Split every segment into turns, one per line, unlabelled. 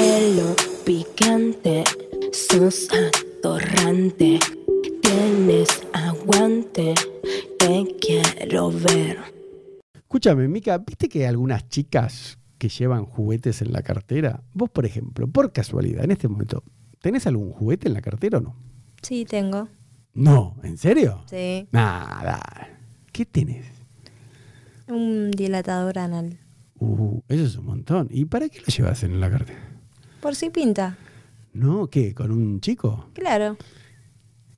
pelo picante, sos atorrante, tienes aguante, te quiero ver.
Escúchame, Mica, ¿viste que hay algunas chicas que llevan juguetes en la cartera? Vos, por ejemplo, por casualidad, en este momento, ¿tenés algún juguete en la cartera o no?
Sí, tengo.
No, ¿en serio?
Sí.
Nada. ¿Qué tenés?
Un dilatador anal.
Uh, eso es un montón. ¿Y para qué lo llevas en la cartera?
Por si pinta.
¿No? ¿Qué? ¿Con un chico?
Claro.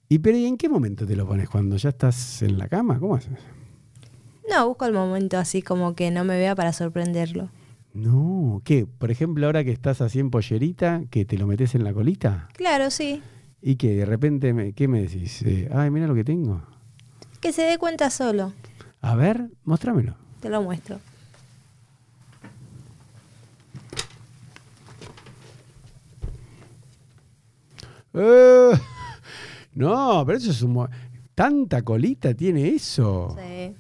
¿Y pero ¿y en qué momento te lo pones? ¿Cuando ya estás en la cama? ¿Cómo haces?
No, busco el momento así como que no me vea para sorprenderlo.
No, ¿qué? Por ejemplo, ahora que estás así en pollerita, que te lo metes en la colita
Claro, sí.
y que de repente, me- ¿qué me decís? Eh, Ay, mira lo que tengo.
Que se dé cuenta solo.
A ver, mostrámelo.
Te lo muestro.
Eh, no, pero eso es un... mo- Tanta colita tiene eso.
Sí.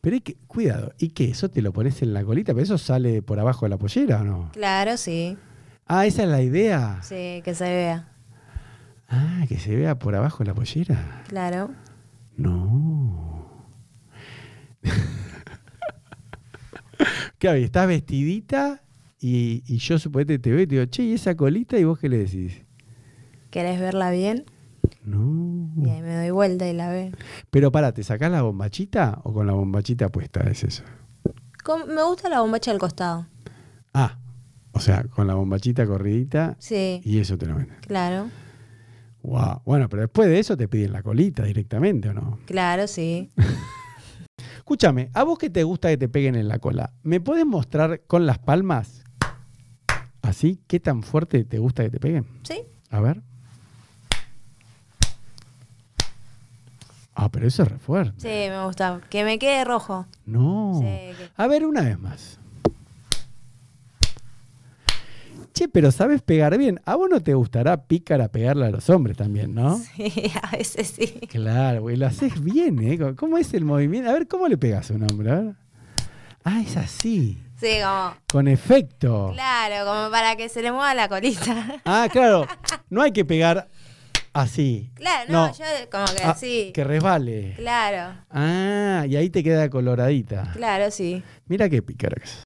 Pero hay que, cuidado, ¿y qué? ¿Eso te lo pones en la colita? ¿Pero eso sale por abajo de la pollera o no?
Claro, sí.
Ah, esa es la idea.
Sí, que se vea.
Ah, que se vea por abajo de la pollera.
Claro.
No. Claro, y estás vestidita y, y yo suponete te veo y te digo, che, ¿y esa colita? ¿Y vos qué le decís?
¿Querés verla bien?
No.
Y ahí me doy vuelta y la ve.
Pero pará, ¿te sacás la bombachita o con la bombachita puesta? Es eso.
Com- me gusta la bombacha al costado.
Ah, o sea, con la bombachita corridita
Sí,
y eso te lo venden.
claro.
Wow. Bueno, pero después de eso te piden la colita directamente, ¿o no?
Claro, sí.
Escúchame, ¿a vos que te gusta que te peguen en la cola? ¿Me podés mostrar con las palmas? ¿Así? ¿Qué tan fuerte te gusta que te peguen?
Sí.
A ver. Ah, pero eso es re fuerte.
Sí, me gusta. Que me quede rojo.
No.
Sí, que-
A ver, una vez más. Che, pero sabes pegar bien. A vos no te gustará pícara pegarle a los hombres también, ¿no?
Sí, a veces sí.
Claro, güey, lo haces bien, ¿eh? Co- ¿Cómo es el movimiento? A ver, ¿cómo le pegas a un hombre? A ver. Ah, es así,
Sí, como.
con efecto.
Claro, como para que se le mueva la colita.
Ah, claro, no hay que pegar así.
Claro, no, yo como que
Ah,
así.
Que resbale.
Claro,
Ah, y ahí te queda coloradita.
claro, sí.
Mira qué pícara que es.